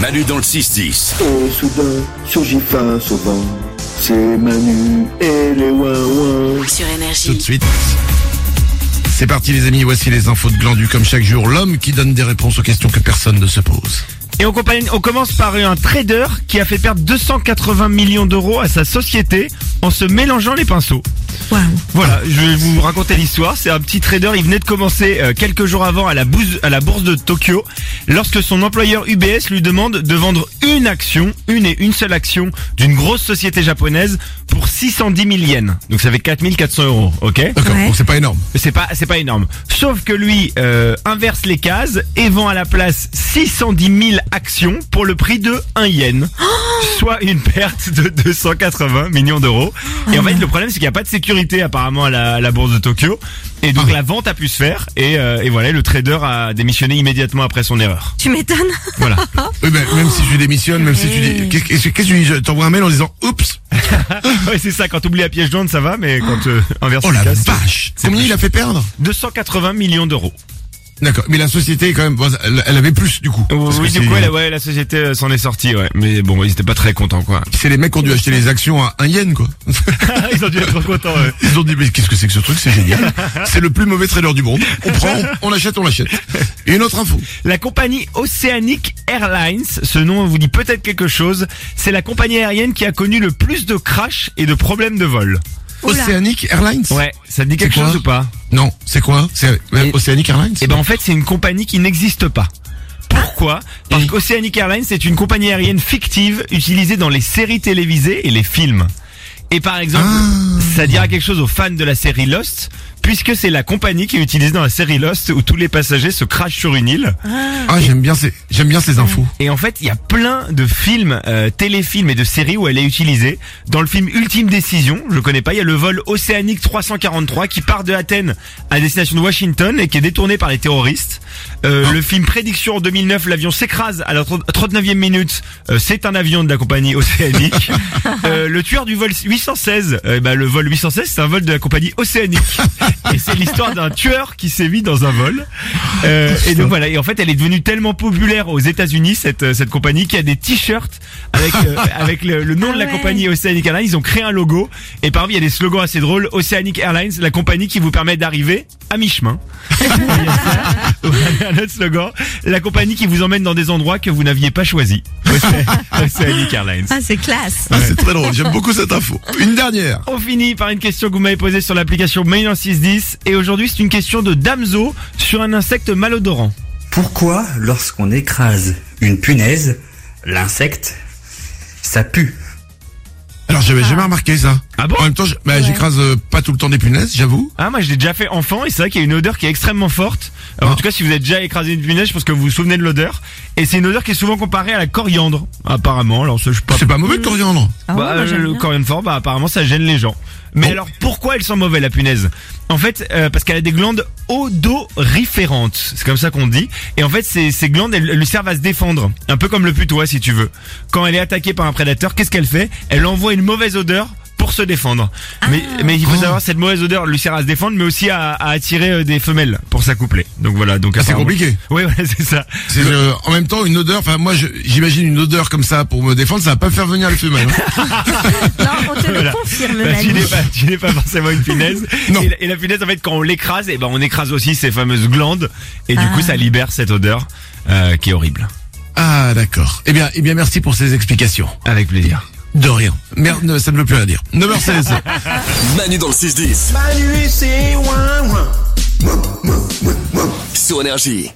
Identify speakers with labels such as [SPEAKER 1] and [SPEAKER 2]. [SPEAKER 1] Manu dans le 6-10.
[SPEAKER 2] Et soudain, surgit face au vent. C'est Manu et les ouin-ouin.
[SPEAKER 3] sur
[SPEAKER 4] tout
[SPEAKER 3] énergie.
[SPEAKER 4] de suite. C'est parti les amis, voici les infos de Glandu comme chaque jour, l'homme qui donne des réponses aux questions que personne ne se pose.
[SPEAKER 5] Et on, compagne- on commence par un trader qui a fait perdre 280 millions d'euros à sa société en se mélangeant les pinceaux. Voilà, je vais vous raconter l'histoire. C'est un petit trader, il venait de commencer euh, quelques jours avant à la, bouse- à la bourse de Tokyo lorsque son employeur UBS lui demande de vendre une action, une et une seule action d'une grosse société japonaise pour 610 000 yens. Donc ça fait 4400 euros, ok
[SPEAKER 4] D'accord, donc c'est pas énorme.
[SPEAKER 5] c'est pas, c'est pas énorme. Sauf que lui euh, inverse les cases et vend à la place 610 000 actions pour le prix de 1 yen. soit une perte de 280 millions d'euros. Et en fait, le problème, c'est qu'il n'y a pas de sécurité apparemment à la, à la bourse de Tokyo. Et donc la vente a pu se faire. Et, euh, et voilà, le trader a démissionné immédiatement après son erreur.
[SPEAKER 3] Tu m'étonnes
[SPEAKER 5] Voilà.
[SPEAKER 4] Oui, ben, même si tu démissionnes, même si tu dis... Qu'est-ce qu'est-ce que tu dis Je t'envoie un mail en disant, oups,
[SPEAKER 5] ouais, c'est ça, quand t'oublies la pièce jaune, ça va, mais quand euh, inverse
[SPEAKER 4] oh
[SPEAKER 5] les
[SPEAKER 4] la
[SPEAKER 5] cases...
[SPEAKER 4] vache
[SPEAKER 5] c'est
[SPEAKER 4] Combien
[SPEAKER 5] plus
[SPEAKER 4] il a fait perdre
[SPEAKER 5] 280 millions d'euros.
[SPEAKER 4] D'accord, mais la société quand même, bon, elle- elle avait plus du coup. Parce
[SPEAKER 5] Oui,
[SPEAKER 4] que
[SPEAKER 5] du
[SPEAKER 4] c'est-
[SPEAKER 5] coup, elle, ouais, la société euh, s'en est sortie, ouais. Mais bon, ils étaient pas très contents, quoi.
[SPEAKER 4] C'est les mecs qui ont dû acheter les actions à 1 yen quoi.
[SPEAKER 5] Ils ont dû être contents, ouais.
[SPEAKER 4] Ils ont dit mais qu'est-ce que c'est que ce truc, c'est génial. C'est le plus mauvais trader du monde. On prend, on, on l'achète, on l'achète. Et une autre info.
[SPEAKER 5] La compagnie Oceanic Airlines, ce nom vous dit peut-être quelque chose, c'est la compagnie aérienne qui a connu le plus de crashs et de problèmes de vol.
[SPEAKER 4] Oceanic Airlines
[SPEAKER 5] Ouais, ça te dit quelque
[SPEAKER 4] quoi
[SPEAKER 5] chose ou pas
[SPEAKER 4] Non, c'est quoi C'est
[SPEAKER 5] Et-
[SPEAKER 4] Oceanic Airlines
[SPEAKER 5] Eh ben en fait, c'est une compagnie qui n'existe pas. Pourquoi Parce
[SPEAKER 4] Et-
[SPEAKER 5] qu'Oceanic Airlines, c'est une compagnie aérienne fictive utilisée dans les séries télévisées et les films. Et par exemple, ça dira quelque chose aux fans de la série Lost, puisque c'est la compagnie qui est utilisée dans la série Lost où tous les passagers se crashent sur une île.
[SPEAKER 4] Ah, j'aime bien ces, j'aime bien ces infos.
[SPEAKER 5] Et en fait, il y a plein de films, euh, téléfilms et de séries où elle est utilisée. Dans le film Ultime Décision, je le connais pas, il y a le vol océanique 343 qui part de Athènes à destination de Washington et qui est détourné par les terroristes. Euh, Le film Prédiction en 2009, l'avion s'écrase à la 39e minute. Euh, c'est un avion de la compagnie Océanique. Euh, le tueur du vol 816, euh, bah, le vol 816, c'est un vol de la compagnie Océanique. et c'est l'histoire d'un tueur qui s'est mis dans un vol. Euh, et donc voilà, et en fait, elle est devenue tellement populaire aux États-Unis cette euh, cette compagnie qu'il y a des t-shirts avec euh, avec le, le nom de la
[SPEAKER 3] ouais.
[SPEAKER 5] compagnie Oceanic Airlines. Ils ont créé un logo et parmi il y a des slogans assez drôles. Oceanic Airlines, la compagnie qui vous permet d'arriver à mi-chemin. Il y a ça. Voilà, un autre slogan, la compagnie qui vous emmène dans des endroits que vous n'aviez pas choisis. Océ- Oceanic Airlines.
[SPEAKER 3] Ah, c'est classe.
[SPEAKER 4] Ah, c'est très drôle. J'aime beaucoup cette info. Une dernière.
[SPEAKER 5] On finit par une question que vous m'avez posée sur l'application Mail en 610 et aujourd'hui c'est une question de Damso sur un insecte malodorant.
[SPEAKER 6] Pourquoi, lorsqu'on écrase une punaise, l'insecte, ça pue
[SPEAKER 4] Alors, j'avais jamais remarqué ça.
[SPEAKER 5] Ah bon
[SPEAKER 4] En même temps, je- bah, j'écrase euh, pas tout le temps des punaises, j'avoue.
[SPEAKER 5] Ah moi je l'ai déjà fait enfant et c'est vrai qu'il y a une odeur qui est extrêmement forte. Alors, en
[SPEAKER 4] Ah.
[SPEAKER 5] tout cas si vous êtes déjà écrasé une punaise je pense que vous vous souvenez de l'odeur et c'est une odeur qui est souvent comparée à la coriandre apparemment. Alors ça, je sais pas.
[SPEAKER 4] C'est pas mauvais le coriandre.
[SPEAKER 3] Ah ouais,
[SPEAKER 5] Bah,
[SPEAKER 3] moi,
[SPEAKER 5] euh,
[SPEAKER 3] j'aime
[SPEAKER 5] le
[SPEAKER 3] bien.
[SPEAKER 5] coriandre fort bah apparemment ça gêne les gens. Mais
[SPEAKER 4] Bon.
[SPEAKER 5] alors pourquoi elle sent mauvais la punaise En fait euh, parce qu'elle a des glandes odoriférantes, c'est comme ça qu'on dit et en fait ces, ces glandes elles, elles lui servent à se défendre, un peu comme le putois si tu veux. Quand elle est attaquée par un prédateur, qu'est-ce qu'elle fait Elle envoie une mauvaise odeur pour se défendre.
[SPEAKER 3] Ah.
[SPEAKER 5] Mais, mais il faut
[SPEAKER 4] Oh.
[SPEAKER 5] savoir cette mauvaise odeur lui sert à se défendre mais aussi à, à attirer euh, des femelles pour s'accoupler. Donc voilà, donc
[SPEAKER 4] Ah, c'est
[SPEAKER 5] apparemment-
[SPEAKER 4] compliqué.
[SPEAKER 5] Oui, voilà, c'est ça.
[SPEAKER 4] C'est euh, en même temps une odeur. Enfin, moi, je- j'imagine une odeur comme ça pour me défendre, ça va pas me faire venir les femelles. hein.
[SPEAKER 3] Non, on te le
[SPEAKER 5] Voilà.
[SPEAKER 3] confirme,
[SPEAKER 5] Bah, tu
[SPEAKER 3] Manu.
[SPEAKER 5] n'es pas, tu n'es pas forcément une punaise.
[SPEAKER 4] Non.
[SPEAKER 5] Et, la- et la punaise, en fait, quand on l'écrase, et ben on écrase aussi ces fameuses glandes, et du
[SPEAKER 3] Ah.
[SPEAKER 5] coup, ça libère cette odeur euh, qui est horrible.
[SPEAKER 4] Ah, d'accord. Eh bien, eh bien, merci pour ces explications.
[SPEAKER 5] Avec plaisir.
[SPEAKER 4] De rien. Merde, ça ne veut plus rien dire. 9h16.
[SPEAKER 1] Manu dans le 6-10.
[SPEAKER 2] Manu et ses ouin-ouin.
[SPEAKER 1] Sur énergie.